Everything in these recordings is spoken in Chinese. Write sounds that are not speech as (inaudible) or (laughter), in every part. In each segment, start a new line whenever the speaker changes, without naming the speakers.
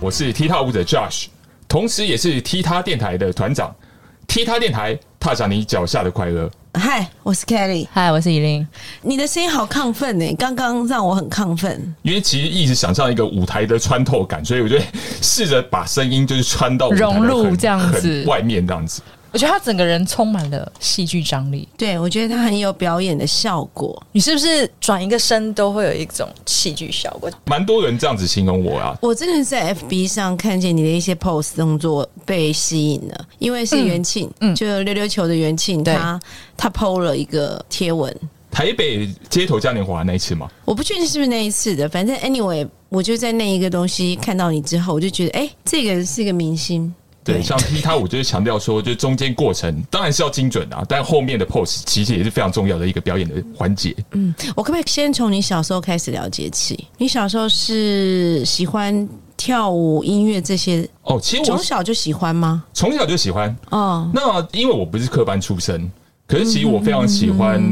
我是踢踏舞者 Josh，同时也是踢踏电台的团长。踢踏电台，踏上你脚下的快乐。
嗨，我是 Kelly，
嗨，我是依琳。
你的声音好亢奋呢，刚刚让我很亢奋。
因为其实一直想象一个舞台的穿透感，所以我就试着把声音就是穿到舞台的
融入
很
这样子
很外面这样子。
我觉得他整个人充满了戏剧张力。
对，我觉得他很有表演的效果。
你是不是转一个身都会有一种戏剧效果？
蛮多人这样子形容我啊，
我真的是在 FB 上看见你的一些 pose 动作被吸引了，因为是元庆，
嗯嗯
就溜溜球的元庆，
对
他他 PO 了一个贴文，
台北街头嘉年华那一次嘛，
我不确定是不是那一次的，反正 anyway，我就在那一个东西看到你之后，我就觉得，哎、这个人是个明星。
对，像踢踏舞就是强调说，就是中间过程当然是要精准啊，但后面的 pose 其实也是非常重要的一个表演的环节。
我可不可以先从你小时候开始了解起？你小时候是喜欢跳舞、音乐这些，
哦，其实
从
我
小就喜欢吗？
从小就喜欢，
哦，
那因为我不是科班出身，可是其实我非常喜欢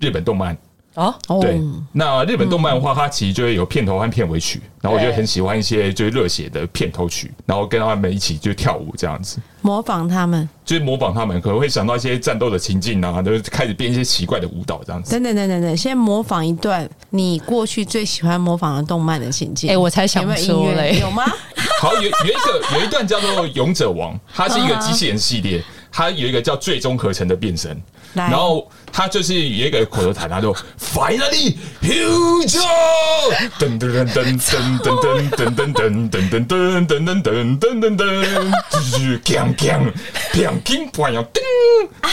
日本动漫。
哦，
哦
对，那日本动漫的话，它其实就会有片头和片尾曲，然后我就很喜欢一些就是热血的片头曲，然后跟他们一起就跳舞这样子。
模仿他们，
就是模仿他们，可能会想到一些战斗的情境啊，就是开始编一些奇怪的舞蹈这样
(laughs)
子。
等等等等等，先模仿一段你过去最喜欢模仿的动漫的情境。
哎、我才想
有没有音
说
乐？
嘞，
有
(laughs)
吗？
好，有有一个有一段叫做《勇者王》，它是一个机器人系列，它有一个叫最终合成的变身，
来，
然后它就是有一个口头禅，它就 Finally Huge，噔噔噔噔噔噔噔噔噔噔噔噔噔噔噔噔噔噔，就是锵锵锵锵锵呀噔，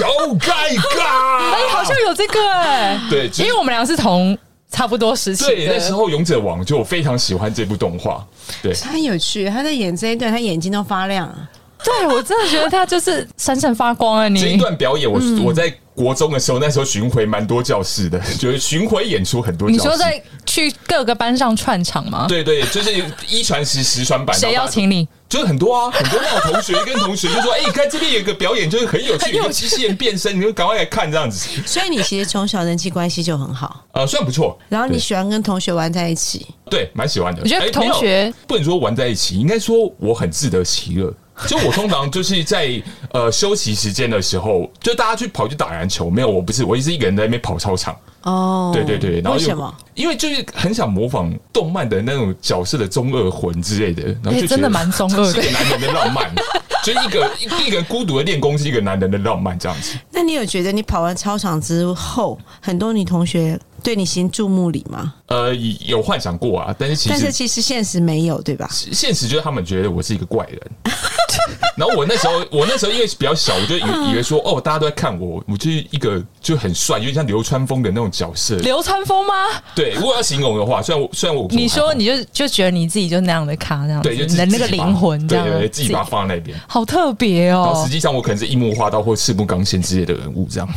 高盖
哎、好像
嘎，
有这个哎、
对，就
因
是
为我们俩是同差不多时期的。
对，那时候《勇者王》就我非常喜欢这部动画，对，
他很有趣，他在演这一段，他眼睛都发亮啊。
对我真的觉得他就是闪闪发光啊！
这一
你
段表演我，我、在国中的时候，那时候巡回蛮多教室的，就是巡回演出很多教
你
室。
说在去各个班上串场吗？
对对，就是一传十，十传百。
谁
然后
邀
大家？
请你？
就是很多啊，很多那种同学跟同学
(laughs)
就说：“哎、你看这边有一个表演，就是很有趣，
很有
有机器人变身，你就赶快来看这样子。
所以你其实从小人际关系就很好，”
呃，算不错。
然后你
对
喜欢跟同学玩在一起。
对，蛮喜欢的。
我觉得
哎
同
没有
学
不能说玩在一起，应该说我很自得其乐。就我通常就是在呃休息时间的时候，就大家去跑去打篮球，没有我不是，我一直一个人在那边跑操场。
哦，
对对对，然
为
后就
什么？？
因为就是很想模仿动漫的那种角色的中二魂之类的，然后
哎、
就觉得
真的蛮中二
(laughs) 是一
的。
个男人的
(laughs)
浪漫，就一个一一个人孤独的练功是一个男人的浪漫这样子。
那你有觉得你跑完操场之后，很多女同学对你行注目礼吗？
呃，有幻想过啊，但是其
但是
实
其实现实没有，对吧？
现实就是他们觉得我是一个怪人。 (laughs) 然后我那时候，我那时候因为比较小，我就以
嗯
为以为说，哦，大家都在看我，我就是一个就很帅，有点像流川枫的那种角色。
流川枫吗？
对，如果要形容的话，虽然我虽然我
嗯你说你就就觉得你自己就那样的咖，这样子
对，就自
你的那个
自己把
灵魂这
对
样，
对对，自己把它放在那边。
好特别
然后
哦
实。际上我可能是樱木花道或赤木刚宪之类的人物，这样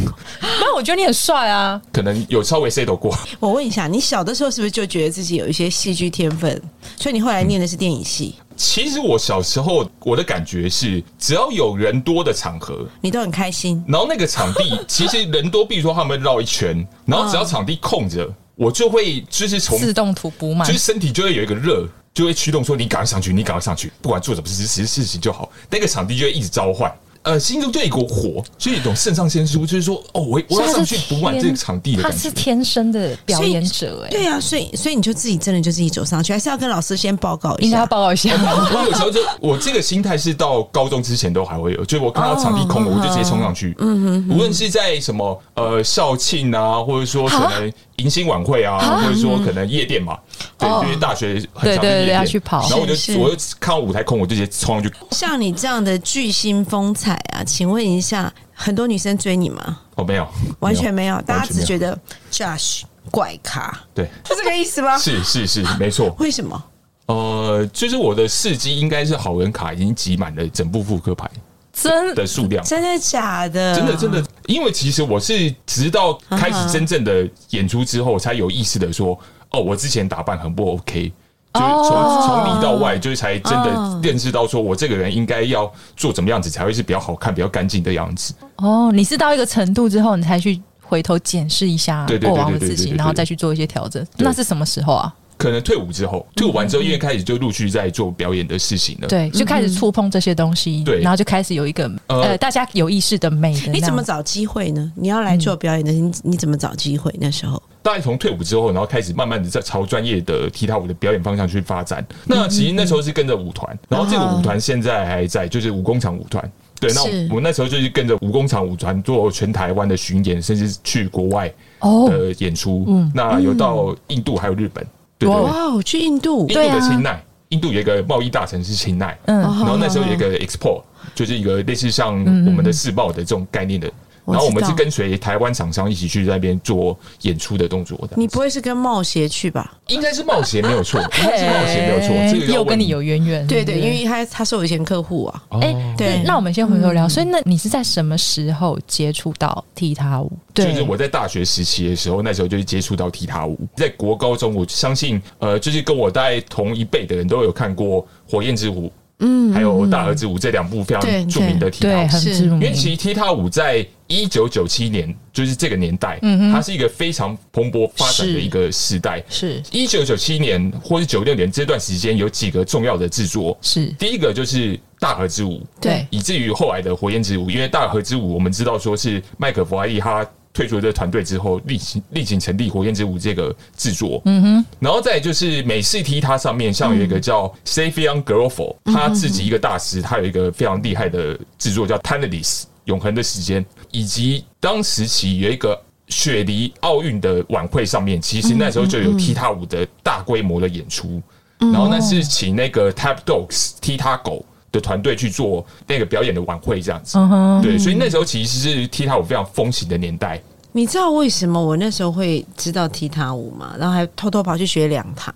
那我觉得你很帅啊，
可能有稍微 settle 过。
我问一下，你小的时候是不是就觉得自己有一些戏剧天分？所以你后来念的是电影系，
其实我小时候我的感觉是，只要有人多的场合，
你都很开心。
然后那个场地
(laughs)
其实人多，比如说他们绕一圈，然后只要场地空着，
嗯
我就会就是从
自动图补满
就是。身体就会有一个热，就会驱动说你赶快上去，你赶快上去，不管做什么事情事情就好。那个场地就会一直召唤，呃，心中就有一股火，就有一种肾上腺素，就是说哦，我我要上去补满这个场地的
他
感
是
觉。
天生的表演者哎、
对啊，所以所以你就自己真的就自己走上去，还是要跟老师先报告一
应该
下
要。报告一
(laughs)
下。
我有时候就我这个心态是到高中之前都还会有，就是我看到场地空了，我就直接冲上去。嗯无论是在什么呃校庆啊，或者说可能迎新晚会啊，或者说可能夜店嘛，对，因为大学很
对
常
对
去夜
对要
店
去跑
然后我就是
是
我就看到舞台空，我就直接冲上去。
像你这样的巨星风采啊，请问一下，很多女生追你吗？
哦，没有，
完全没有，大家
完全没
只
有
觉得 Josh 怪咖，
对，
是这个意思吗？
是是是，没错。
为什么？
呃，就是我的四级应该是好人卡已经集满了整部副科牌
真
的数量，
真的假的？
真的真的，因为其实我是直到开始真正的演出之后，才有意识的说，哦，我之前打扮很不 OK。就是从
哦
从里到外，就是才真的
哦
认识到，说我这个人应该要做怎么样子才会是比较好看、比较干净的样子。
哦，你是到一个程度之后，你才去回头检视一下
对对对
过往的
对对
自
对
己，
对对
然后再去做一些调整。
对
那是什么时候啊？
可能退伍之后，退伍完之后，因为开始就陆续在做表演的事情了。
对，就开
嗯
始触碰这些东西，
呃对
然后就开始有一个
呃
呃，大家有意识的美的那样。
你怎么找机会呢？你要来做表演的，你你怎么找机会？那时候
大概从退伍之后，然后开始慢慢的在朝专业的踢踏舞的表演方向去发展。
嗯
那其实那时候是跟着舞团，然后这个舞团现在还在，就是武工厂舞团。对，
哦
那
是
我们那时候就是跟着武工厂舞团做全台湾的巡演，甚至去国外
哦？
的演出。那有到印度还有日本，对对
哇
对，
哇哦，去印度
对
印度
啊
的清奈，印度有一个贸易大城是清奈，
嗯，
哦
然后那时候有一个 export，就是一个类似像我们的世贸的这种概念的。然后我们
我知
是
道
跟随台湾厂商一起去那边做演出的动作的。
你不会是跟冒协去吧？
应该是冒险
(laughs)
没有错，应该是冒险没有
哎
错。这个要
又跟
问
你有渊源。
对对，因为他他是我以前客户啊。
哦
哎，
对
那那我们先回头聊。所以，那你是在什么时候接触到踢踏舞？
就是我在大学时期的时候，那时候就是接触到踢踏舞。在国高中，我相信呃，就是跟我大概同一辈的人都有看过《火焰之舞》，嗯，还有《大河之舞》这两部非
对
常著名的踢踏
对，
舞。
很
是
知
因为
名。
其实踢踏舞在一九九七年，就是这个年代，
嗯
它是一个非常蓬勃发展的
是
一个时代。
是
一九九七年或是九六年这段时间，有几个重要的制作，
是，
第一个就是《大河之舞》，
对
以至于后来的《火焰之舞》，因为《大河之舞》我们知道说是麦克弗莱利他退出这个团队之后，力行力行成立《火焰之舞》这个制作。嗯哼，然后再就是美式踢踏上面，像有一个叫 s a f i a n g r o f o 他自己一个大师，他有一个非常厉害的制作叫 t a n a l i s 永恒的时间，以及当时期有一个。雪梨奥运的晚会上面，其实那时候就有踢踏舞的大规模的演出，然后那是请那个 Tap Dogs 踢踏狗的团队去做那个表演的晚会这样子。
嗯哼，
对，所以那时候其实是踢踏舞非常风行的年代。
你知道为什么我那时候会知道踢踏舞吗？然后还偷偷跑去学两 (laughs) 堂，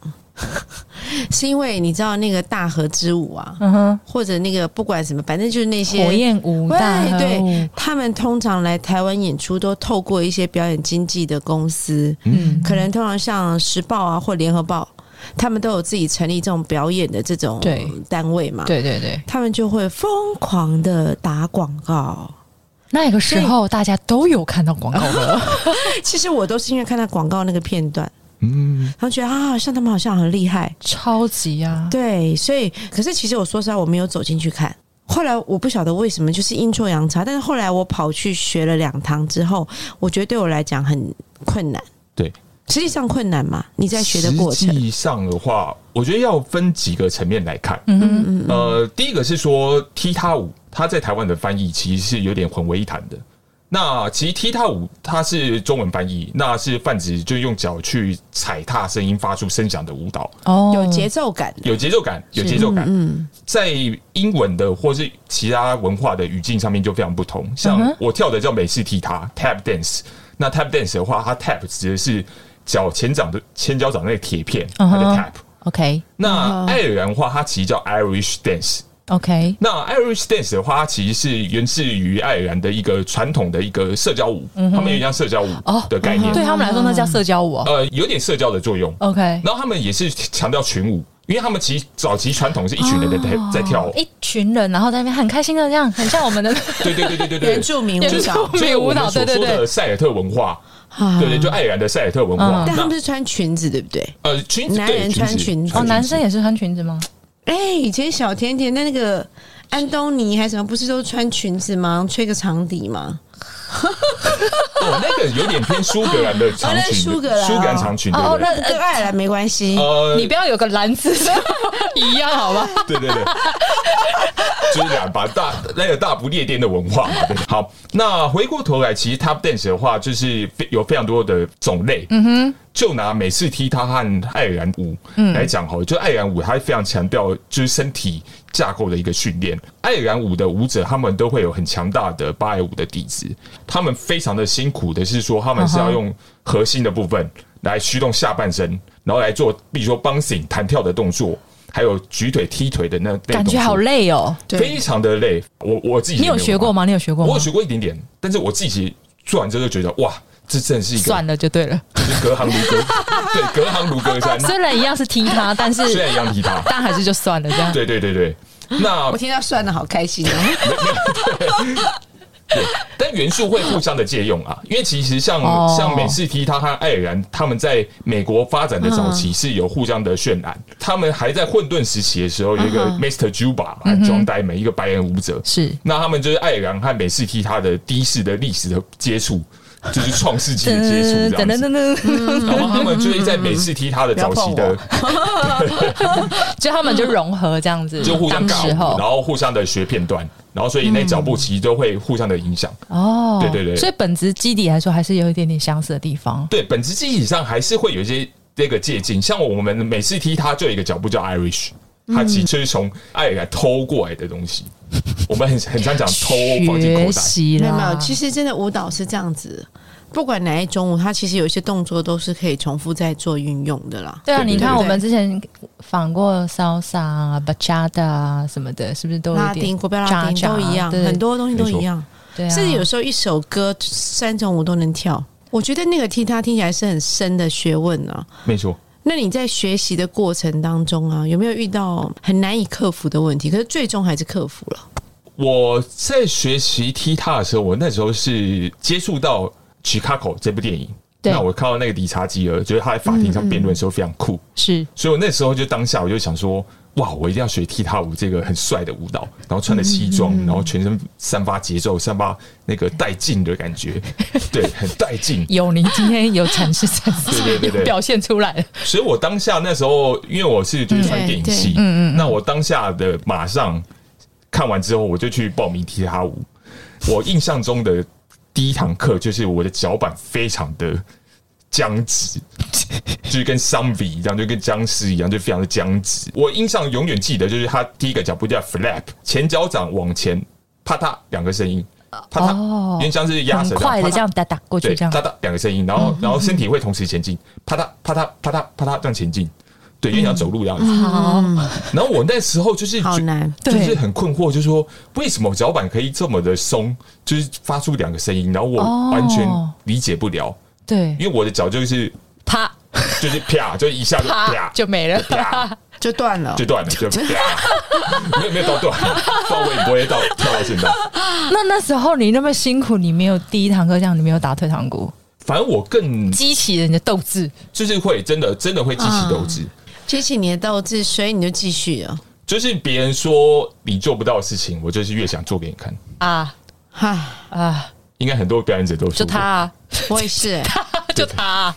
是因为你知道那个大河之舞啊，
嗯哼，
或者那个不管什么，反正就是那些
火焰舞、
对
大河舞
对，，他们通常来台湾演出都透过一些表演经纪的公司，
嗯，
可能通常像时报啊或联合报，他们都有自己成立这种表演的这种
对
单位嘛，
对对对。
他们就会疯狂的打广告。
那个时候大家都有看到广告 (laughs) 了，
其实我都是因为看到广告那个片段，
嗯，
然后觉得啊，好像他们好像很厉害，
超级啊！
对，所以可是其实我说实话，我没有走进去看。后来我不晓得为什么，就是阴错阳差。但是后来我跑去学了两堂之后，我觉得对我来讲很困难。
对，
实际上困难嘛，你在学的过
实
程，
际上的话，我觉得要分几个层面来看。
嗯，
呃，第一个是说踢踏舞，它在台湾的翻译其实是有点混为一谈的。那其实踢踏舞它是中文翻译，那是泛指就用脚去踩踏声音发出声响的舞蹈，
哦
有节奏感的。
有节奏感，有节奏
嗯
感。在英文的或是其他文化的语境上面就非常不同。
嗯
像
哼
我跳的叫美式踢踏 （tap dance），那 tap dance 的话，它 tap 指的是脚前掌的前脚掌那个铁片，
嗯
它
哼嗯
的 tap。
，OK
那爱尔兰话，它其实叫 Irish dance。
OK，
那 Irish dance 的话，它其实是源自于爱尔兰的一个传统的一个社交舞，
嗯
他们有点像社交舞
哦
的概念，
对他们来说那叫社交舞哦
呃，有点社交的作用。
，OK，
然后他们也是强调群舞，因为他们其实早期传统是一群人在
哦
在跳舞，
一群人然后在那边很开心的这样，很像我
(laughs)
们的
对对对对对对，
原住民舞
原
蹈
住，
就是我们所
对对
说
对
的塞尔特文化，
啊
对对，就爱尔兰的塞尔特文化。
但他们
那
是穿裙子，对不对？
呃，裙子
男
对
人穿裙子
哦，男生也是穿裙子吗？
哎、以前小甜甜的那个安东尼还什么，不是都穿裙子吗？吹个长笛吗？
哦，那个有点偏苏格兰的长
(laughs) 哦那
裙，
是苏格兰哦
苏格兰长裙，对
哦
不对？
那
跟爱尔兰没关系。
呃，
你不要有个蓝字一样好
(laughs)
吧？
对对对，就是两把大那个大不列颠的文化嘛。对好，那回过头来，其实 tap dance 的话，就是非有非常多的种类。嗯哼，就拿美式踢踏和爱尔兰舞
嗯
来讲好了，就爱尔兰舞，它非常强调就是身体架构的一个训练。爱尔兰舞的舞者，他们都会有很强大的芭蕾舞的底子，他们非常的辛苦的是说，他们
嗯
是要用核心的部分来驱动下半身，然后来做，比如说 bouncing 弹跳的动作。还有举腿踢腿的那那
感
种
觉好
动
累哦。
作，非常的累。我我自己
你有
没
学过
玩？
吗？你有学过
我
吗
有？学过一点点，但是我自己做完之后就觉得哇。这真的是一个
算了就对了，
就是隔行如隔 (laughs) 对隔行如隔山，
虽然一样 (laughs) 是踢他，但
(laughs) 虽
是
然一样踢他。
但还是就算了这
(laughs)
样。
对对对对，那
我听到算的好开心哦，
但元素会互相的借用啊，因为其实像、
哦
像美式踢踏和爱尔兰，他们在美国发展的早
嗯
期是有互相的渲染。他们还在混沌时期的时候，有一
嗯
个 Master Juba 和 John Diamond 一个白人舞者，
是
那他们就是爱尔兰和美式踢踏的第一次的历史的接触，就是创世纪的接
嗯
触这样子。
噔，
嗯
然后他们就是在美式踢踏的早期
嗯
的，
就他们就融合这样子，
就互相
当
尬
时
舞，
候
然后互相的学片段，然后所以那脚步其实都会互相的影响。
哦，
对对对啊
所以本质基底来说还是有一点点相似的地方。
对，本质记忆上还是会有一些这个借鉴。像我们每次踢它，就有一个脚步叫 Irish，它
嗯
其实就是从爱尔兰偷过来的东西。我们很很常讲偷放进
学
口袋，
习
没有
啦，
没有，其实真的舞蹈是这样子，不管哪一种舞，它其实有一些动作都是可以重复在做运用的啦。
对啊，
对对
你看
对
我们之前访过 salsa 啊、bachata 啊什么的，是不是都有
拉
一点
丁、国标拉丁
渣渣啊
都一样，
对
很多东西都
没错
一样。
对啊，
甚至有时候一首歌三种舞都能跳。我觉得那个踢踏听起来是很深的学问啊。
没错。
那你在学习的过程当中啊，有没有遇到很难以克服的问题？可是最终还是克服了。
我在学习踢踏的时候，我那时候是接触到《Chicago》这部电影。
对
那我看到那个理查基尔，就是他在法庭上辩论的时候非常酷，
是
所以我那时候就当下我就想说，哇，我一定要学踢踏舞这个很帅的舞蹈，然后穿着西装，然后全身散发节奏，散发那个带劲的感觉，对，很带劲。
有你今天有展示展示，
(laughs) 对对对对
有表现出来了，
所以我当下那时候，因为我是就是穿电影系，嗯嗯，那我当下的马上看完之后，我就去报名踢踏舞。我印象中的第一堂课就是我的脚板非常的僵
(laughs)
直，就是跟丧尸一样，就跟僵尸一样，就非常的僵直。我印象永远记得就是他第一个脚步叫 flap，前脚掌往前啪嗒两个声音，啪嗒，
哦
有点像是压
很
舌头
快的
啪嗒
这样打打过去，
对，
这样嗯
啪嗒两个声音，然后然后身体会同时前进，啪嗒啪嗒啪嗒啪嗒这样前进，
嗯
对，因为你要走路的样子。
好，
然后我那时候就是
好
觉
难
就是
啊对
很困惑，就是说为什么脚板可以这么的松，就是发出两个声音，然后
哦
我完全理解不了，
对，
因为我的脚就是
啪
就是
(laughs)
啪，就一下就
啪
啪
就没了， (laughs)
啪
就断了
就，断了，
(laughs)
就啪，没有没有到断，到我也不会到跳到现在。
那那时候你那么辛苦，你没有第一堂课这样，你没有打退堂鼓，
反正我更
激起人的斗志。
就是会真的真的会激
嗯
起斗志。
激起你的斗志，所以你就继续了。
就是别人说你做不到的事情，我就是越想做给你看。
啊
唉，
啊！
应该很多表演者都说
就
过
他、啊，
我也 (laughs) 是、
就他啊、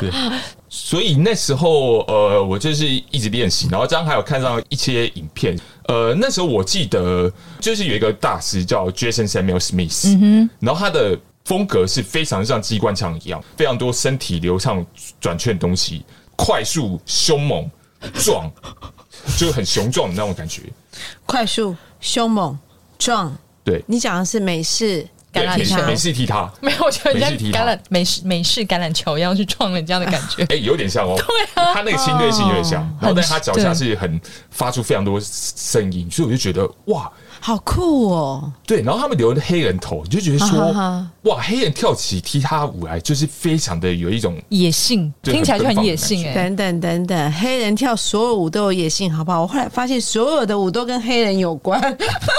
对，所以那时候呃，我就是一直练习，然后这样还有看上一些影片。呃，那时候我记得就是有一个大师叫 Jason Samuel
嗯
Smith，、然后他的风格是非常像机关枪一样，非常多身体流畅转圈的东西，快速、凶猛、壮，就是很雄壮的那种感觉。
快速、凶猛、壮。
对，
你讲的是美式
橄
对，
榄
美式
球
美式踢踏，
没有，我觉得
美式
人
踢
家
他。
橄榄美式美式橄榄球一样去撞人家的感觉
哎、有点像哦，对啊，他那个侵略性有点像，
哦
然后但他脚下是很发出非常多声音，所以我就觉得哇，
好酷哦！
对，然后他们留的黑人头，你就觉得说
啊哈哈
哇，黑人跳起踢踏舞来，就是非常的有一种
(laughs) 野性
对
听起来就很
很
野性哎、
等等等等，黑人跳所有舞都有野性，好不好？我后来发现所有的舞都跟黑人有关，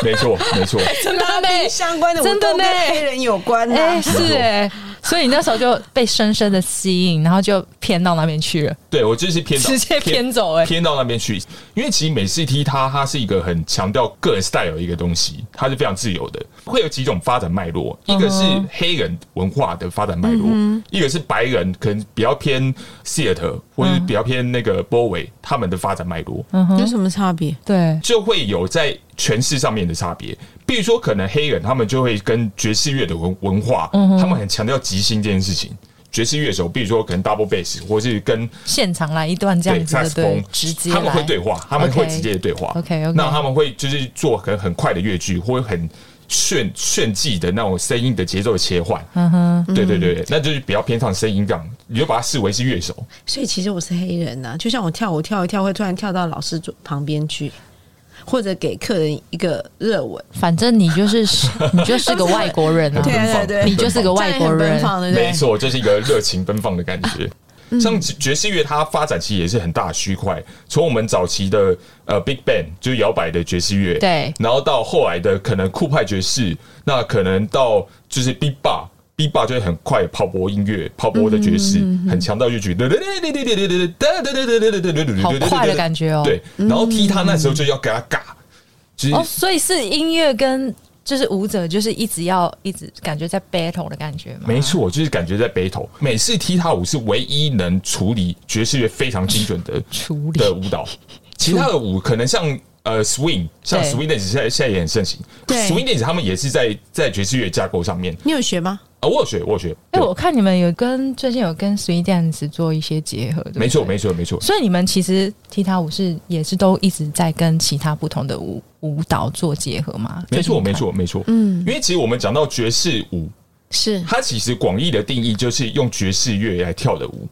没错
(laughs)
没错，
真的
拉
呢
丁相关的舞
真的
都
呢
跟黑人有关啊的、
哎、是哎、所以你那时候就被深深的吸引，然后就偏到那边去了，
对我就是偏到
直接偏走哎、
偏到那边去，因为其实美式踢它，它是一个很强调个人 style 的一个东西，它是非常自由的，会有几种发展脉络，一个是
嗯
黑人文化的发展脉络，一个是白人可能比较偏 theater 或者
嗯
是比较偏那个波维他们的发展脉络，
有什么差别？
对，
就会有在诠释上面的差别。比如说，可能黑人他们就会跟爵士乐的文文化，
嗯
他们很强调即兴这件事情。爵士乐手，比如说可能 double bass，或是跟
现场来一段这
对
样子
萨克
的，
斯风
对，直接
他们会
来，
对话，他们
OK
会直接对话。
OK，OK
那他们会就是做可能很快的乐句，或者很炫炫技的那种声音的节奏切换。
嗯
对对对对，那就是比较偏向声音这样，你就把它视为是乐
(laughs)
手。
所以其实我是黑人呐、就像我跳舞跳一跳，会突然跳到老师桌旁边去，或者给客人一个热吻。
反正你就是 (laughs) 你就是个外国人啊，
(laughs) 对啊对对
你就是个外国
这样也很奔
人。嗯
放对不对
没？错，就是一个热情奔放的感觉。像爵士乐，它发展其实也是很大的区块。从我们早期的呃 Big Band，就是摇摆的爵士乐，
对
然后到后来的可能酷派爵士，那可能到就是 B Bar。B bar 就会很快跑步音乐，跑步的爵士很强调乐曲，
好快的感觉哦
对，然后踢他那时候就要给他尬，就是
哦，所以是音乐跟就是舞者，就是一直要一直感觉在 battle 的感觉吗？
没错，就是感觉在北头。美式踢踏舞是唯一能处理爵士乐非常精准的
处理
的舞蹈，其他的舞可能像。呃，swing 像
对
swing dance 现在现在也很盛行
对
，swing dance 他们也是在在爵士乐架构上面
你有学吗？
啊，我有学，我有学，
哎、
对
我看你们有跟最近有跟 Three Dance 做一些结合，对不对
没错，没错，没错，
所以你们其实踢踏舞是也是都一直在跟其他不同的舞舞蹈做结合嘛？
没
最近
错，
看
没。错，没错，嗯，因为其实我们讲到爵士舞，
是
它其实广义的定义就是用爵士乐来跳的舞，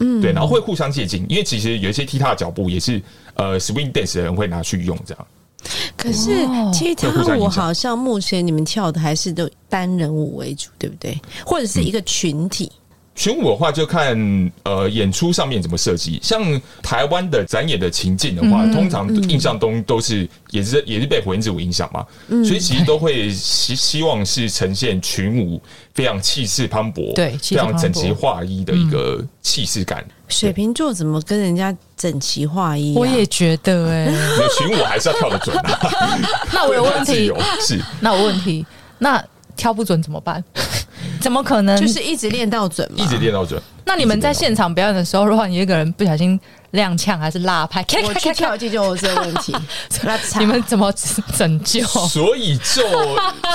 嗯，对，然后会互相借鉴，因为其实有一些踢踏的脚步也是呃 swing dance 的人会拿去用这样。
可是
哦
其实
会
他舞
互相影响
好像目前你们跳的还是都单人舞为主，对不对？或者是
嗯
一个群体？
群舞的话，就看呃演出上面怎么设计。像台湾的展演的情境的话，
嗯
通常印象中都是也是也是被火焰之舞影响嘛，
嗯
所以其实都会希希望是呈现群舞非常气势磅礴，
对气
非
势磅礴嗯
常整齐划一的一个气势感。
水瓶座怎么跟人家整齐划一、啊？
我也觉得哎、
(laughs) 没有群舞还是要跳得
(laughs)
准啊，
那我哦有
(laughs)
问题，
有是
那我有问
(laughs)
题，那挑不准怎么办？怎么可能？
就是一直练到准嘛
一。直练到准。
那你们在现场表演的时候，如果你一个人不小心踉跄还是落拍，咔
我
咔咔
去
咔
跳街就有这个问
(laughs)
题，那惨
你们怎么拯
(laughs)
救？
所以就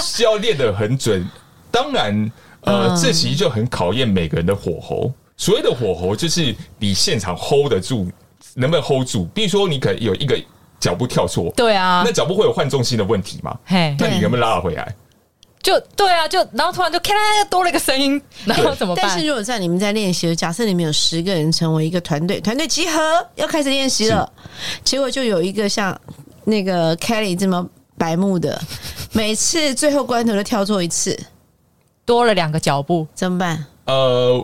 是要练得很准。当然，呃，
嗯
这其实就很考验每个人的火候。所谓的火候，就是你现场 hold 得住，能不能 hold 住？比如说，你可能有一个脚步跳错，
对啊
那，脚步会有换重心的问题嘛？
嘿，
那你能不能拉得回来？
就对啊，就然后突然就咔啦多了一个声音，然后怎么办？
但是如果在你们在练习的，假设你们有十个人成为一个团队，团队集合要开始练习了，结果就有一个像那个 Kelly 这么白目的，每次最后关头都跳错一次，
多了两个脚步，
怎么办？
呃，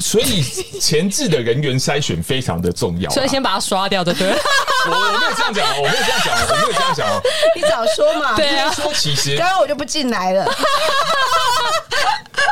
所以前置的人员筛选非常的重要啊。
所以先把它刷掉就对
(laughs)
了。
我我没有这样讲哦，我没有这样讲哦，我没有这样讲哦。
你早说嘛！
(laughs) 对啊，
说其实
刚刚我就不进来
(laughs)
了。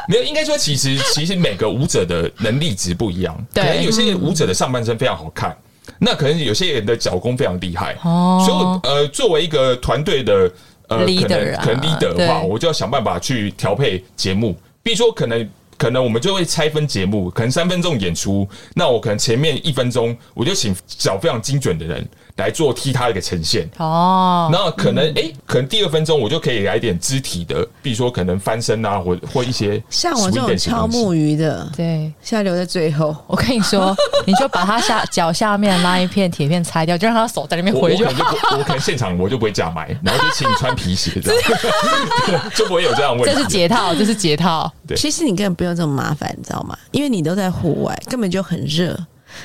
没有，应该说其实其实每个舞者的能力值不一样，
对
可能有些舞者的上半身非常好看，那可能有些人的脚功非常厉害。
哦
所以我呃，作为一个团队的呃
Leader 啊
可能可能 leader 的话，
对
我就要想办法去调配节目，比如说可能。可能我们就会拆分节目，可能三分钟演出，那我可能前面一分钟我就请找非常精准的人来做踢他的一个呈现，
哦，
那可能诶，
嗯
可能第二分钟我就可以来点肢体的，比如说可能翻身啊，或或一些
像我这
swing dance
种
的
敲
东西
木鱼的，
对。
现在留在最后。
我跟你
(laughs)
说，你就把他下脚下面那一片铁片拆掉，就让他手在那边
我
回
我可
就
能就
好。
不，我可能现场我就不会假买，然后就请你穿皮鞋这
(laughs)
样，就不会有这样的问
这
题。
是解套，这是解套。
对
其实你根本不用这么麻烦，你知道吗？因为你都在户外，根本就很热。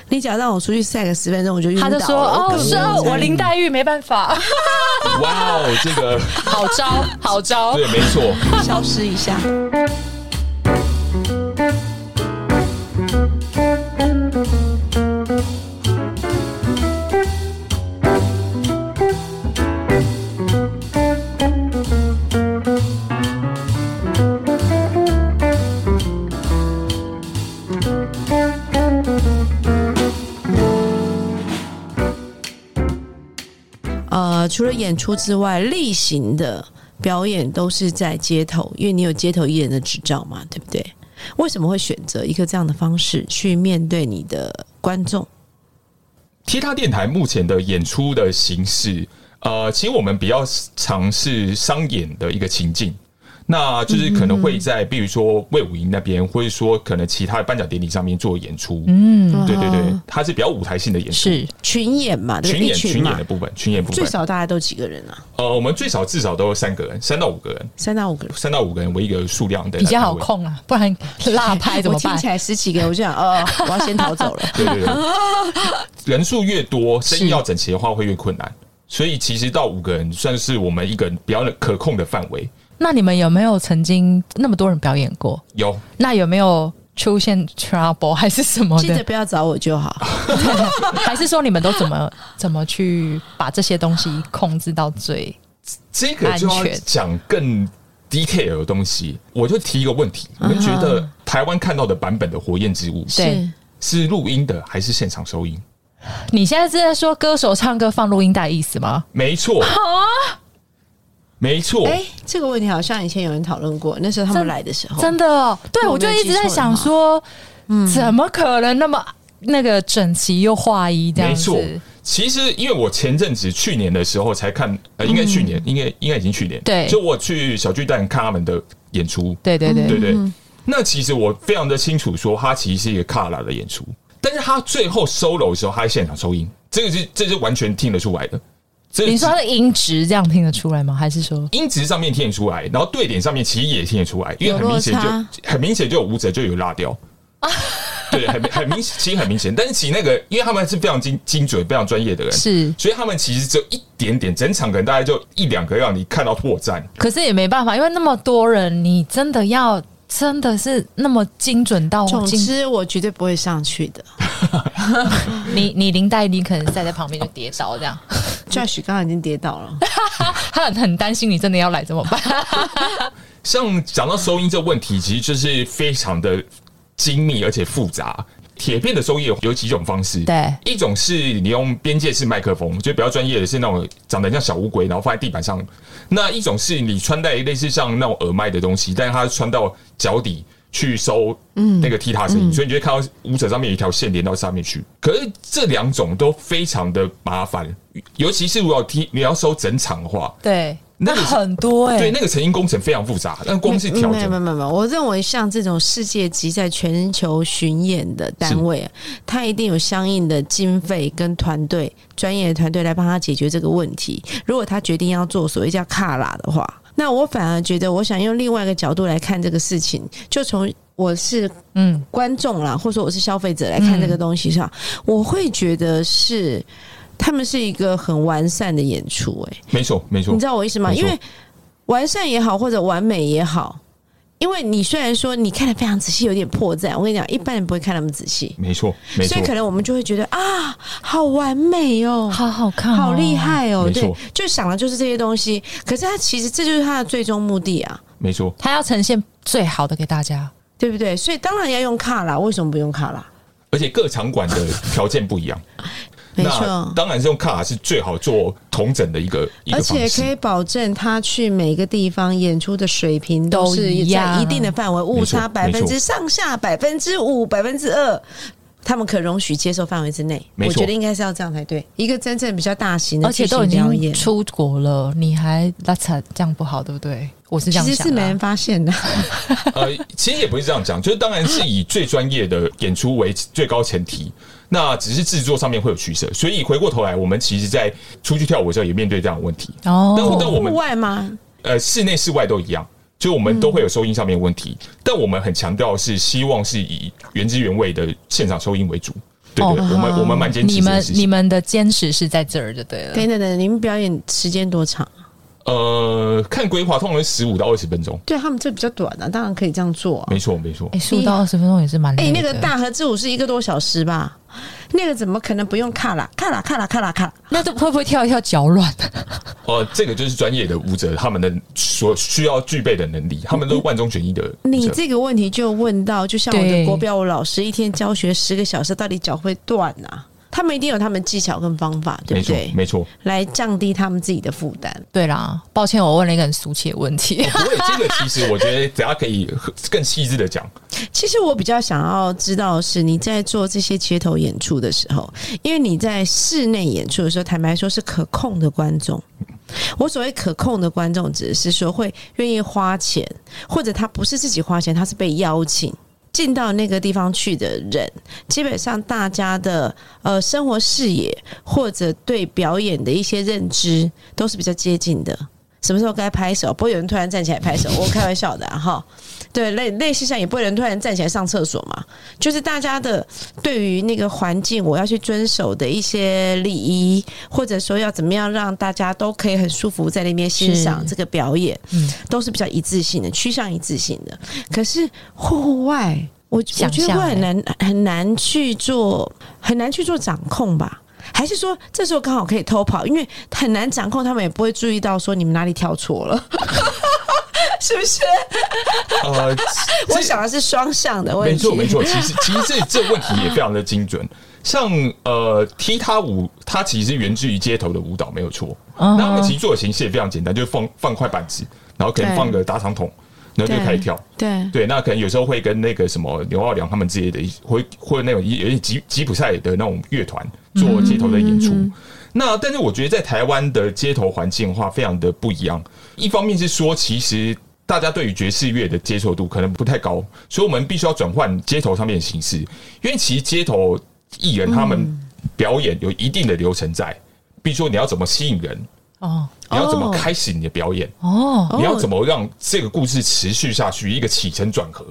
你只要让我出去晒个十分钟，我就晕
他
倒了。
就说：“
根
哦，
本
是
没有
哦，
在
我林黛玉没办法，
哇哦，这个
好招，好招。
对，没错。
消失一下。呃，除了演出之外，例行的表演都是在街头，因为你有街头艺人的执照嘛，对不对？为什么会选择一个这样的方式去面对你的观众？
踢踏电台目前的演出的形式，呃，其实我们比较尝试商演的一个情境。那就是可能会在，比如说魏武营那边，或者说可能其他的颁奖典礼上面做演出。嗯，对对对，它是比较舞台性的演出，
是
群演嘛，对不
群
对？一
演群演
嘛
的，部分，群演部
最
分。
少大概都几个人啊？
呃，我们最少至少都有三个人，三到五个人，
三到五个人。
三到五个人为一个数量的
比较好
单位。
控啊，不 (laughs) 然落拍怎
我
么
听
办
起？来十几个，我就想，哦，我要先
(laughs)
逃走了。
对对对，人数越多，生意要整齐的话会越困难。所以其实到五个人算是我们一个比较可控的范围。
那你们有没有曾经那么多人表演过？
有
那有没有出现 trouble 还是什么
记得
的？
不要找我就好。
还是说你们都怎么 (laughs) 怎么去把这些东西控制到最？
这个就要
安全
讲更 detail 的东西，我就提一个问题：你们觉得台湾看到的版本的《火焰之舞》
对
是，
是录音的还是现场收音？
你现在是在说歌手唱歌放录音带的意思吗？
没错，没错，
哎，这个问题好像以前有人讨论过，那时候他们
真
来的时候，
真的哦，对我
我没
就
有
一直在
记错的
想
话
说，怎么可能那么那个整齐又划一这样
没错
子？。
其实，因为我前阵子去年的时候才看，呃，应该去年，应该应该已经去年，
对
就我去小巨蛋看他们的演出，
对对对，
对对。那其实我非常的清楚，说他其实是一个卡拉的演出，但是他最后 solo 的时候，他在现场收音，这个是这是完全听得出来的。这
你说它的音质这样听得出来吗？还是说
音质上面听得出来，然后对点上面其实也听得出来，因为很明显
有落差
就很明显就有舞者就有拉掉。对，很很明，其实很明显，但是其实那个，因为他们是非常精精准、非常专业的人，
是？
所以他们其实只有一点点，整场可能大概就一两个让你看到破绽。
可是也没办法，因为那么多人，你真的要真的是那么精准到
总
精，
之我绝对不会上去的。
你你林黛你可能站在旁边就跌倒这样， (laughs) 嗯
Josh 刚刚已经跌倒了，
他很很担心你真的要来怎么
(laughs)
办？
像讲到收音这问题，其实就是非常的精密而且复杂。铁片的收音有有几种方式，
对
一种是你用边界式麦克风，就比较专业的是那种长得很像小乌龟，然后放在地板上；那一种是你穿戴类似像那种耳麦的东西，但是它穿到脚底去收
嗯
那个踢踏声音，所以你就会看到舞者上面有一条线连到上面去。可是这两种都非常的麻烦，尤其是如果踢你要收整场的话，
对，
那
那
个
很多哎、
对那个成音工程非常复杂，但 (laughs) 光是
没有
调
没有
整
没有没有，我认为像这种世界级在全球巡演的单位，它一定有相应的经费跟团队，专业的团队来帮他解决这个问题。如果他决定要做所谓叫卡拉的话，那我反而觉得，我想用另外一个角度来看这个事情，就从我是
嗯，
观众啦，或者说我是消费者来看这个东西上，
嗯
我会觉得是他们是一个很完善的演出、欸，
没错没错
你知，道我意思吗？
没错
因为完善也好，或者完美也好，因为你虽然说你看的非常仔细，有点破绽，我跟你讲，一般人不会看那么仔细，
没错没
所
错
以，可能我们就会觉得啊，好完美哦，
好好看、
好厉，害哦，
没
对
错，
就想的就是这些东西。可是他其实这就是他的最终目的啊，
没错。
他要呈现最好的给大家。
对不对？所以当然要用卡啦，为什么不用卡啦？
而且各场馆的条件不一样，
没
那
错。
当然是用卡是最好做同整的一个一个
而
方
且可以
式。
保证他去每个地方演出的水平都是
都一
在
样
一定的范围，误差百
没错
分之上下百分之五、百分之二，他们可容许接受范围之内。
没
我
错
觉得应该是要这样才对。一个真正比较大型的
而且都已
巨型表
经
演，
出国了，你还拉扯这样不好，对不对？我是这样
其实
想
是没
的、
人发现的。
呃，其实也不是这样讲，就是当然是以最专业的演出为最高前提。那只是制作上面会有取舍，所以回过头来，我们其实，在出去跳舞的时候也面对这样的问题。但我
哦，
但我们
户外吗？
呃，室内室外都一样，就我们都会有收音上面的问题，
嗯
但我们很强调是希望是以原汁原味的现场收音为主。对对，
哦
我们我们蛮坚持
你
这件
们
事
你
情。
们的坚持是在这儿就对了。
等等等，你们表演时间多长？啊
呃，看规划，通常十五到二十分钟。
对他们这比较短的、当然可以这样做啊、
没错，没错
哎、。十五到二十分钟也是蛮
哎、
累的。
那个大河之舞是一个多小时吧？那个怎么可能不用卡啦？卡啦卡啦卡啦卡啦！
那都会不会跳一跳脚软？
呃，这个就是专业的舞者他们的所需要具备的能力，他们都是万中选一的舞
你
者。
这个问题就问到，就像我的
对
国标舞老师一天教学十个小时，到底脚会断啊？他们一定有他们技巧跟方法，对
没
不
错
对，？(laughs)
没错。
来降低他们自己的负担。
(laughs) 对啦，抱歉，我问了一个很俗气的问题。
不过这个其实我觉得等下可以更细致的讲。
其实我比较想要知道的是，你在做这些街头演出的时候，因为你在室内演出的时候，坦白说是可控的观众，我所谓可控的观众，指的是说会愿意花钱，或者他不是自己花钱，他是被邀请。进到那个地方去的人，基本上大家的呃生活视野或者对表演的一些认知都是比较接近的。什么时候该拍手？不会有人突然站起来拍手，我开玩笑的啊哈、对，类类似像也不会有人突然站起来上厕所嘛。就是大家的对于那个环境，我要去遵守的一些礼仪，或者说要怎么样让大家都可以很舒服在那边欣赏
是
这个表演，
嗯
都是比较一致性的，趋向一致性的。可是户外，我我觉
想
得
象
会
欸
很难很难去做，很难去做掌控吧。还是说这时候刚好可以偷跑，因为很难掌控，他们也不会注意到说你们哪里跳错
(laughs)
了，是不是？ (laughs)
呃，
我
这
想的是双向的问
没
题，
错，没错。其实，其实这这问题也非常的精准。像呃，踢踏舞，它其实源自于街头的舞蹈，没有错。
嗯哼
那他们其实做的形式也非常简单，就是放放块板子，然后可能
对
放个大长筒，然后就开始跳。
对
对，那可能有时候会跟那个什么刘奥良他们之类的一，会会那种有些吉吉普赛的那种乐团做街头的演出。那但是我觉得在台湾的街头环境的话，非常的不一样。一方面是说，其实大家对于爵士乐的接受度可能不太高，所以我们必须要转换街头上面的形式，因为其实街头艺人他们表演有一定的流程在，比如说你要怎么吸引人，
哦
你要怎么
哦
开始你的表演。
哦，
你要怎么让这个故事持续下去，一个起承转合，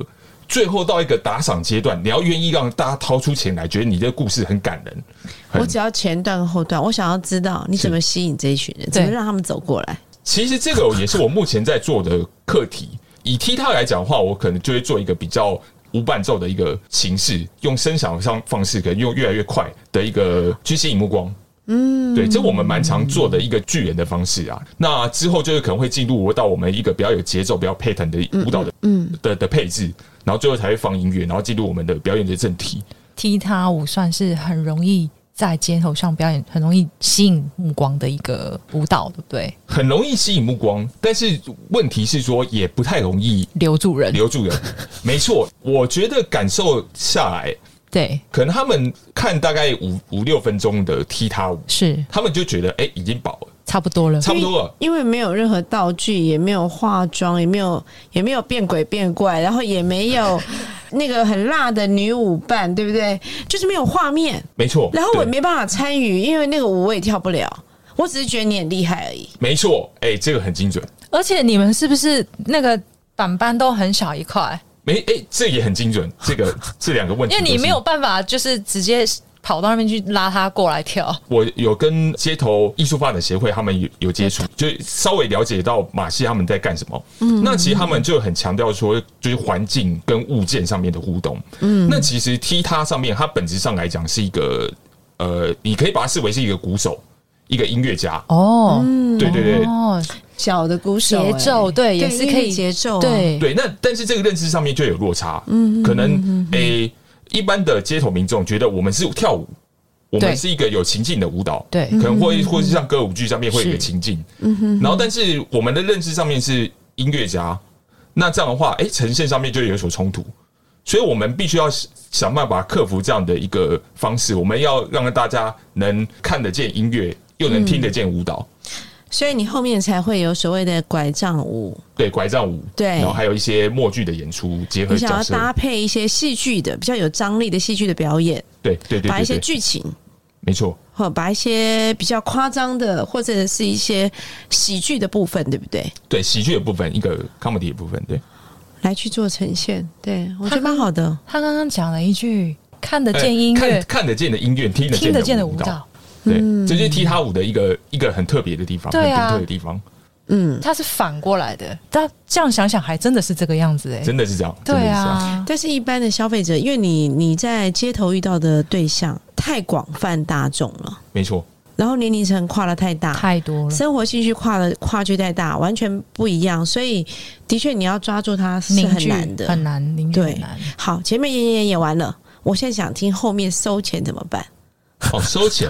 最后到一个打赏阶段，你要愿意让大家掏出钱来，觉得你这个故事很感人。很
我只要前段后段，我想要知道你怎么吸引这一群人，怎么让他们走过来。
其实这个也是我目前在做的课题。以踢踏来讲的话，我可能就会做一个比较无伴奏的一个形式，用声响上方式，可能用越来越快的一个去吸引目光。嗯，对，这我们蛮常做的一个巨人的方式啊。那之后就是可能会进入到我们一个比较有节奏、比较 pattern 的舞蹈的，嗯的的配置，然后最后才会放音乐，然后进入我们的表演的正题。
踢踏舞算是很容易在街头上表演，很容易吸引目光的一个舞蹈，对不对？
很容易吸引目光，但是问题是说也不太容易
留住人，
留住人。 (laughs) 没错，我觉得感受下来，
对，
可能他们看大概五五六分钟的踢踏舞，
是
他们就觉得哎、已经饱了，
差不多了。
差不多了。
因为没有任何道具，也没有化妆，也没有也没有变鬼变怪，然后也没有那个很辣的女舞伴，对不对？就是没有画面，
没错，
然后我也
对
没办法参与，因为那个舞我也跳不了。我只是觉得你很厉害而已。
没错，哎、这个很精准。
而且你们是不是那个板板都很小一块？
没哎、这也很精准。这个这两个问题
因
都
为
是，
你没有办法就是直接跑到那边去拉他过来跳。
我有跟街头艺术发展协会他们有有接触，就稍微了解到马戏他们在干什么。那其实他们就很强调说，就是环境跟物件上面的互动。嗯，那其实踢踏上面，它本质上来讲是一个呃，你可以把它视为是一个鼓手，一个音乐家。
哦，
对对对。
哦，
小的鼓手、
节奏
哎
对也是
因为
可以
节奏、啊，
对
对，那但是这个认知上面就有落差，嗯，可能诶、一般的街头民众觉得我们是跳舞，我
对
们是一个有情境的舞蹈，
对
可能会或是像歌舞剧上面会有一个
是
情境，嗯哼，然后但是我们的认知上面是音乐家，那这样的话，诶、呈现上面就有所冲突，所以我们必须要想办法克服这样的一个方式，我们要让大家能看得见音乐，又能听得见舞蹈。
所以你后面才会有所谓的拐杖舞。
对拐杖舞，
对
然后还有一些默剧的演出，结合
你想
角
要
色，
搭配一些戏剧的比较有张力的戏剧的表演，
对对对
把一
对
些
对，
剧情
没错。
或把一些比较夸张的或者是一些喜剧的部分，对不对？
对喜剧的部分，一个 comedy 的部分，对，
来去做呈现，对我觉得蛮好的。
他刚刚讲了一句看得
呃
见音乐
看，看得见的音乐，听得
听得见
的
的舞蹈嗯
蹈，，对，这就是踢踏舞的一个一个很特别的地方，很
对啊
独特的地方，
它是反过来的。但嗯这样想想，还真的是这个样子哎、
真的是这样，真的
对
是这样，
啊，
但是，一般的消费者，因为你你在街头遇到的对象太广泛大众了，
没错，
然后年龄层跨的太大，
太多了，
生活兴趣跨的跨距太大，完全不一样，所以的确你要抓住它是
凝
很
聚
难的，
很难，凝聚
对
很难。
好，前面演演演完了，我现在想听后面收钱怎么办？
哦，收钱，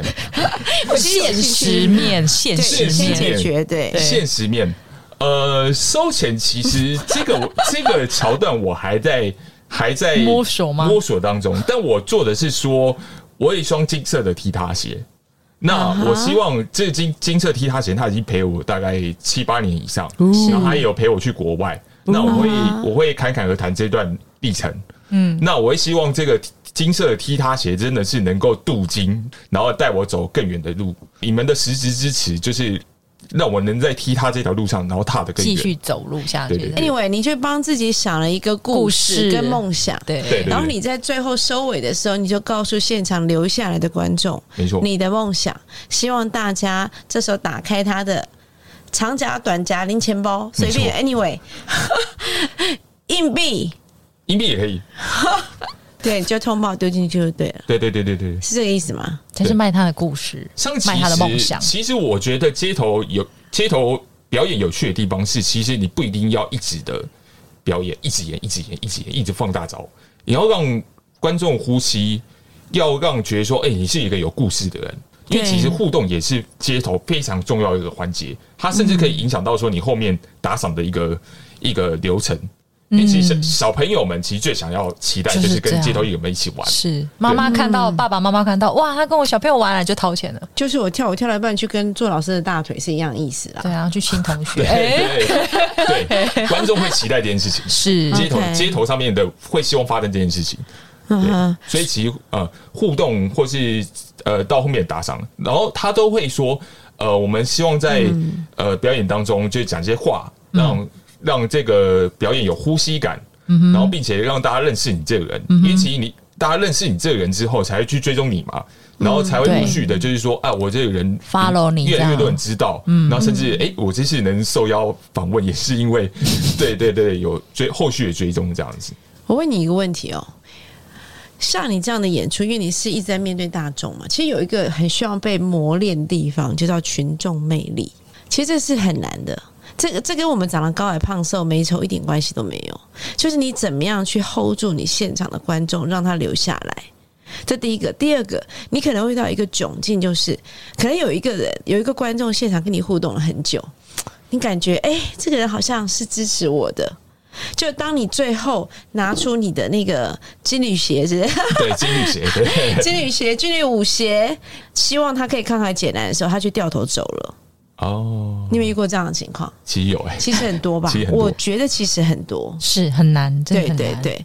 我其实有
现
兴趣
实面，现
对，
实
先
面，
解决对。
对
现实面，呃，收钱，其实这个 (laughs) 我这个桥段我还在还在
摸索吗
摸索当中，但我做的是说，我有一双金色的踢踏鞋，那我希望这金金色踢踏前，他已经陪我大概七八年以上，
哦
然后他也有陪我去国外。那我会
嗯
我会侃侃而谈这段历程。嗯，那我会希望这个金色的踢踏鞋真的是能够镀金，然后带我走更远的路。你们的实质支持就是让我能在踢踏这条路上，然后踏得更
继
远。
续走路下去。
对对
Anyway，你就帮自己想了一个故
故事
事跟梦想，
对
对
然后你在最后收尾的时候，你就告诉现场留下来的观众，
没错
你的梦想，希望大家这时候打开他的长夹、短夹、零钱包，随便，anyway，硬币，
硬币也可以。
对，就通报丢进去就对了，
对对对对对。
是这个意思吗？
这是卖他的故事
像其，实
卖他的梦想。
其实我觉得街头有街头表演有趣的地方是，其实你不一定要一直的表演，一直演，一直演，一直演，一直放大招，你要让观众呼吸，要让觉得说，哎、你是一个有故事的人。因为
对
其实互动也是街头非常重要的一个环节，它甚至可以影响到说你后面打赏的一个一个流程。因为其实小朋友们其实最想要期待
嗯就
就是
这
是跟
样
街头艺人们一起玩，
是妈妈看
嗯
到，爸爸妈妈看到，哇，他跟我小朋友玩了就掏钱了，
就是我跳舞跳了一半，去跟做老师的大腿是一样的意思啦。
对啊，去亲同学，哎，
对对
(laughs)
对，观众会期待这件事情。
是
街头
OK
街头上面的会希望发生这件事情。
嗯
对，所以其实呃互动或是呃到后面打赏，然后他都会说呃我们希望在、
嗯
呃表演当中就讲一些话，让、让这个表演有呼吸感，
嗯
然后并且让大家认识你这个人，因为其实你大家认识你这个人之后，才会去追踪你嘛，然后才会陆续的就是说啊我这个人
嗯 Follow 你
越
这
来越
样
多人知道，嗯，然后甚至哎、诶我这次能受邀访问也是因为
(laughs)
对对对有追后续的追踪这样子。
我问你一个问题哦，像你这样的演出，因为你是一直在面对大众嘛，其实有一个很需要被磨练的地方，就叫群众魅力。其实这是很难的，这个这跟我们长得高矮胖瘦、美丑一点关系都没有，就是你怎么样去 hold 住你现场的观众，让他留下来。这第一个，第二个，你可能会遇到一个窘境，就是可能有一个人，有一个观众现场跟你互动了很久，你感觉哎、这个人好像是支持我的，就当你最后拿出你的那个金缕鞋子、 (laughs)
对，金缕鞋，
(laughs)
对
金缕鞋、金缕舞鞋，希望他可以慷慨解难的时候，他就掉头走了。
哦，
你有没有遇过这样的情况？
其实有哎、
其实很多吧
其实，很多
我觉得其实很多。
是很难，真
对
的很
对
难。
对，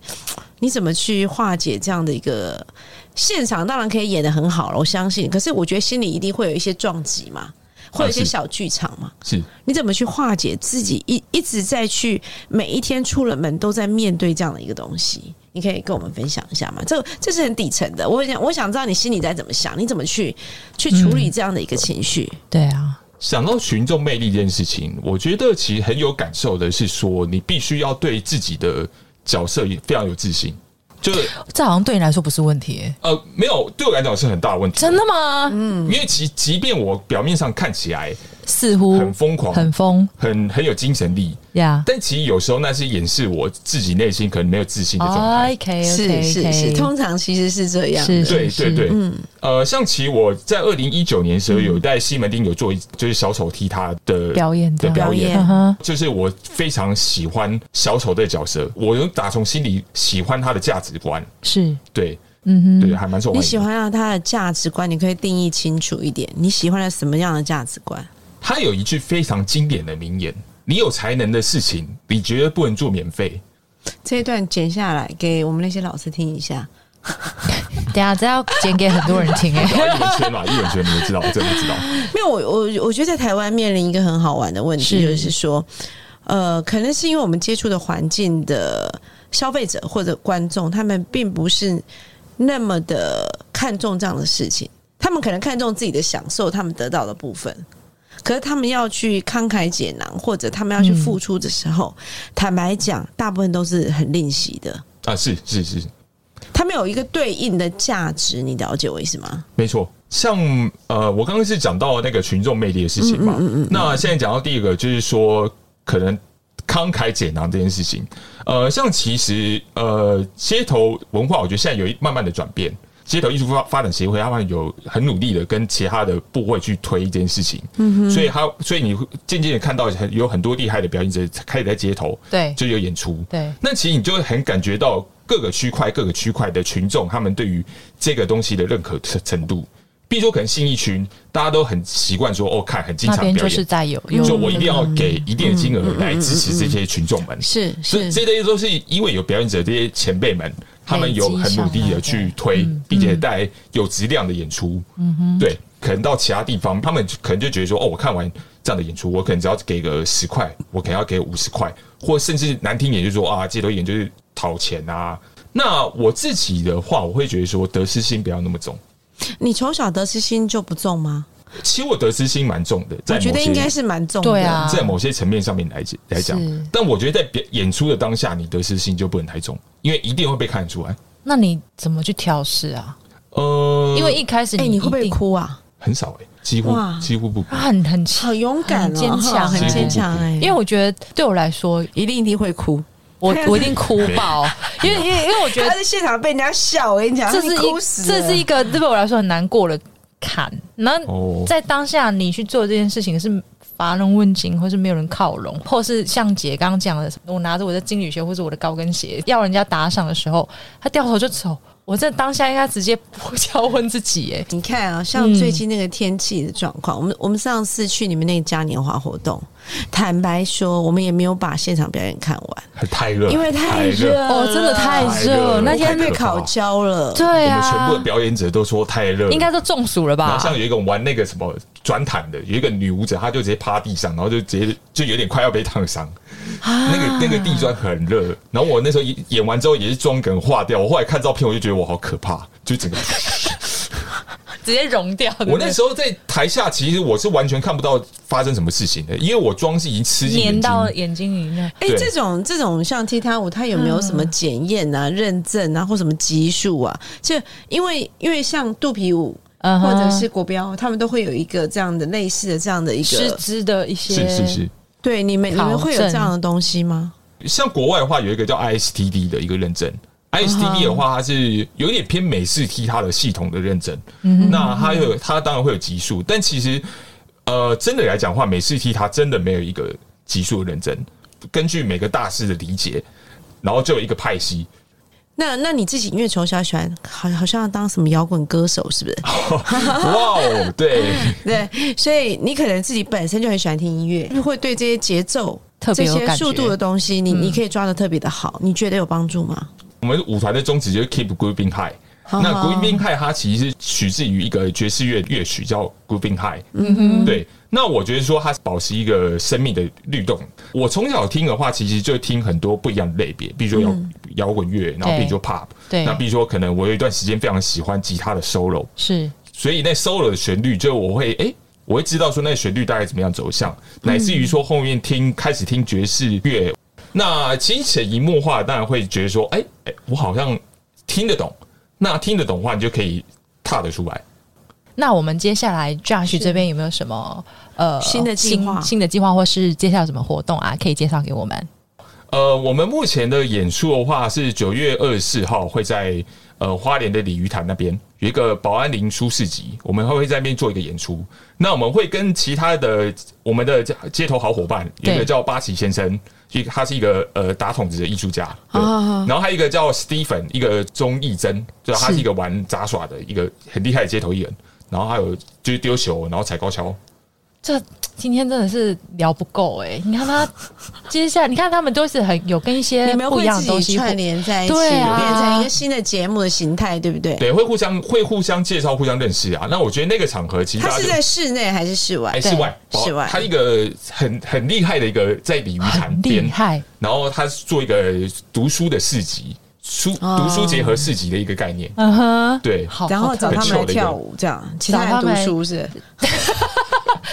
你怎么去化解这样的一个现场？当然可以演的很好了，我相信。可是我觉得心里一定会有一些撞击嘛，会有一些
啊是
小剧场嘛。
是
你怎么去化解自己一一直在去每一天出了门都在面对这样的一个东西？你可以跟我们分享一下吗？这这是很底层的，我想我想知道你心里在怎么想，你怎么去去处理这样的一个情绪？
对啊，
想到群众魅力这件事情，我觉得其实很有感受的是说，你必须要对自己的角色也非常有自信。就是
这好像对你来说不是问题耶，
呃，没有对我来讲是很大的问题，
真的吗？
嗯
因为其即便我表面上看起来
似乎
很疯狂、
哦很疯
很很有精神力，
呀。
但其实有时候那是掩饰我自己内心可能没有自信
哎
的状态。
OK，
是是是，通常其实嗯是这样。
是
对
是嗯
对对，
是，
呃，像其实我在二零一九年的时候有在西门町有做一，就是小丑踢他的
嗯表演这
的
样
表
表
演
演，
嗯哼，
就是我非常喜欢小丑的角色，我有打从心里喜欢他的价值观，
是
对
嗯哼，
对，还蛮受欢迎
你
的。
喜欢让他的价值观，你可以定义清楚一点，你喜欢的什么样的价值观？
他有一句非常经典的名言：“你有才能的事情，你绝对不能做免费。。
这一段剪下来给我们那些老师听一下。
等一下这要剪给很多人听哎
(laughs)
然后艺人圈嘛，艺人圈你们知道，我真的知道。
没有，我我我觉得在台湾面临一个很好玩的问题，
是
就是说，呃，可能是因为我们接触的环境的消费者或者观众，他们并不是那么的看重这样的事情，他们可能看重自己的享受，他们得到的部分。可是他们要去慷慨解囊，或者他们要去付出的时候，坦白讲，大部分都是很吝惜的。
啊，是是是，
他们有一个对应的价值，你了解我意思吗？
没错。像呃，我刚刚是讲到那个群众魅力的事情嘛，
嗯
那现在讲到第一个就是说，可能慷慨解囊这件事情。呃，像其实呃，街头文化，我觉得现在有一慢慢的转变。街头艺术发发展协会，他们有很努力的跟其他的部会去推这件事情，嗯、所以他，所以你会渐渐的看到很有很多厉害的表演者开始在街头
对
就有演出，
对
那其实你就会很感觉到各个区块、各个区块的群众，他们对于这个东西的认可程程度，比如说可能信义群，大家都很习惯说哦，看很经
那
常
边
表
就是
演，
在有有
就我一定要给一定的金额来支
嗯
持这些群众们。
是
这
是
这些都是因为有表演者这些前辈们，他们有很努力的去
嗯
推，并且带有质量的演出。嗯哼，对，可能到其他地方，他们可能就觉得说，哦，我看完这样的演出，我可能只要给个十块，我可能要给五十块，或甚至难听一点就是说啊，这都演就是讨钱啊。那我自己的话，我会觉得说得失心不要那么重。
你从小得失心就不重吗？
其实我得失心蛮重的，在
我觉
某
得
些
应该是蛮重的。
对啊
在某些层面上面来讲来讲
是，
但我觉得在表演出的当下，你得失心就不能太重，因为一定会被看出来。
那你怎么去调试啊？
呃，
因为一开始
哎、
你
你会不
一
会
定？
哭啊？
很少哎、几乎
哇
几乎不哭
他很很气，
好勇敢、哦，
很坚
(laughs)
强
很坚强哎，
因为我觉得对我来说，
一定一定会哭。
我我一定哭
(laughs)
爆，因为因为因为我觉
他
得
在现场被人家笑，我跟你讲，
这是
你哭死
一这是一个对我来说很难过的坎。那
哦。
在当下你去做这件事情是乏人问津，或是没有人靠拢，或是像姐刚刚讲的，我拿着我的金缕鞋或者我的高跟鞋要人家打赏的时候，他掉头就走。我在当下应该直接 (laughs) 破敲昏自己、哎，
你看啊，像最近那个天气的状况，我们我们上次去你们那个嘉年华活动，坦白说，我们也没有把现场表演看完，
很太热，
因为太热了，
哦真的太热
太热了
那天
太
被
可怕
烤焦了。
对
我们全部的
啊，
表演者都说太热了，
应该都中暑了
然
吧
后？像有一个玩那个什么转毯的，有一个女舞者，她就直接趴地上，然后就直接就有点快要被烫伤。那个那个地砖很热，然后我那时候演演完之后也是妆梗化掉，我后来看照片我就觉得我好可怕，就整个。
直接融掉。
我那时候在台下，其实我是完全看不到发生什么事情的，因为我妆是已经吃进
粘
眼睛
到眼睛里面，
哎、
对
这种这种像踢踏舞，它有没有什么检验啊、认证啊，或什么级数啊？就因为因为像肚皮舞
嗯
或
哼
者是国标，他们都会有一个这样的类似的这样的一
师
个，
资的一些
是是是。
对你们你们
考
会有
证
这样的东西吗？
像国外的话，有一个叫 ISTD 的一个认证。ISTD
啊
的话，它是有点偏美式踢它的系统的认证。
嗯
那它有，它当然会有级数，但其实呃，真的来讲的话，美式踢它真的没有一个级数的认证。根据每个大师的理解，然后就有一个派
(laughs)
系。
那那你自己因为从小喜欢，好好像要当什么摇滚歌手，是不 (laughs) 是？
哇哦，对，
对，所以你可能自己本身就很喜欢听音乐，就会对这些节奏、
特
这
别有
些
感
速度
觉嗯
的东西，你你可以抓的特别的好，你觉得有帮助吗？
我们舞团的宗旨就是 Keep Grooving High。那 Grooving High 它其实是取自于一个爵士乐乐曲叫 Grooving High，嗯哼，对。那我觉得说它是保持一个生命的律动。我从小听的话，其实就听很多不一样的类别，比如说摇摇滚乐，然后比如说 pop，
对
那比如说可能我有一段时间非常喜欢吉他的 solo，
是
所以那 solo 的旋律，就我会诶，我会知道说那旋律大概怎么样走向，乃至于说后面听开始听爵士乐，那其实潜移默化，当然会觉得说，诶，诶，我好像听得懂。那听得懂的话，你就可以踏得出来。
那我们接下来 Josh 这边有没有什么呃
新的计划
新新的计划，或是接下来有什么活动啊，可以介绍给我们？
呃，我们目前的演出的话是九月二十四号会在呃花莲的鲤鱼潭那边有一个保安林书市集，我们会在那边做一个演出。那我们会跟其他的我们的街头好伙伴，有一个
对
叫巴奇先生，一个他是一个呃打筒子的艺术家，
哦
对
啊
然后还有一个叫 Stephen，一个钟义珍，就是他是一个玩杂耍的一个很厉害的街头艺人。然后还有就是丢球，然后踩高跷，
这今天真的是聊不够哎、你看他接 (laughs) 下来，你看他们都是很有跟一
你
些
们
不一
会
样的
自
东
己
西互
串联在一起，
对啊
变成一个新的节目的形态，对不对？
对，会互相会互相介绍、互相认识啊。那我觉得那个场合其实
它
大家
是
就
在室内还是室外
哎，？室外，
室外
他一个很很厉害的一个在鲤鱼潭
很厉
边，
害，
然后他是做一个读书的市集，书
哦
读书结合市集的一个概念，
嗯哼，
对，
好，
然后
好特
找
别
他们来
哦很 chill 的一个
跳舞，这样其
找
他人
他
读
们来
书是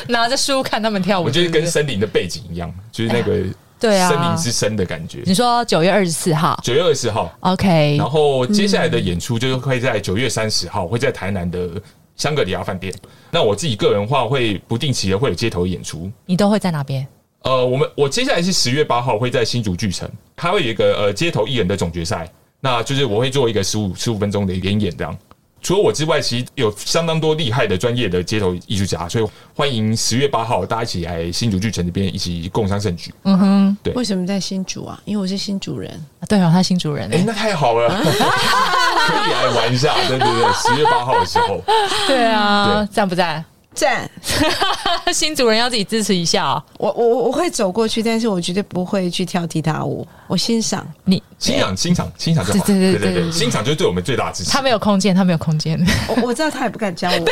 拿着书看他们跳舞，
我觉得
对不
跟
对
森林的背景一样，就是那个
对啊
森林之声的感觉。
你说九月二十四号
九月二十号，
，OK，
然后
嗯
接下来的演出就是会在九月三十号，会在台南的香格里拉饭店。那我自己个人话会不定期的会有街头演出，
你都会在哪边？
呃，我们我接下来是十月八号会在新竹巨城，它会有一个呃街头艺人的总决赛，那就是我会做一个十五十五分钟的联演这样。除了我之外，其实有相当多厉害的专业的街头艺术家，所以欢迎十月八号大家一起来新竹巨城这边一起共襄盛举。
嗯哼，
对
为什么在新竹啊？因为我是新竹人，
对哦，他新主人、 (laughs)
哎、那太好了！可以来玩一下，对对对，十月八号的时候，
对啊，赞不赞？
赞！
(laughs) 新主人要自己支持一下哦。
我我我会走过去，但是我绝对不会去跳踢踏舞。我欣赏，
你
欣赏欣赏欣赏就好，
对对对
对
对对对
欣赏就是对我们最大的支持
他。没有空间，他没有空间。
我我知道他也不敢教
(laughs)
我。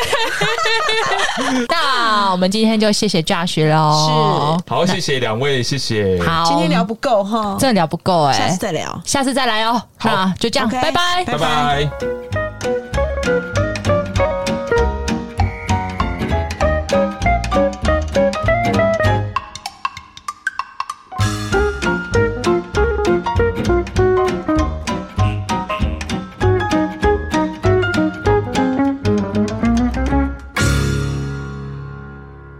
那我们今天就谢谢 Josh 喽。
好，谢谢两位，谢谢，
好，
今天聊不够哈，
真的聊不够哎、
下次再聊。
下次再来哦。
好
那就这样，
OK，
拜拜。
拜拜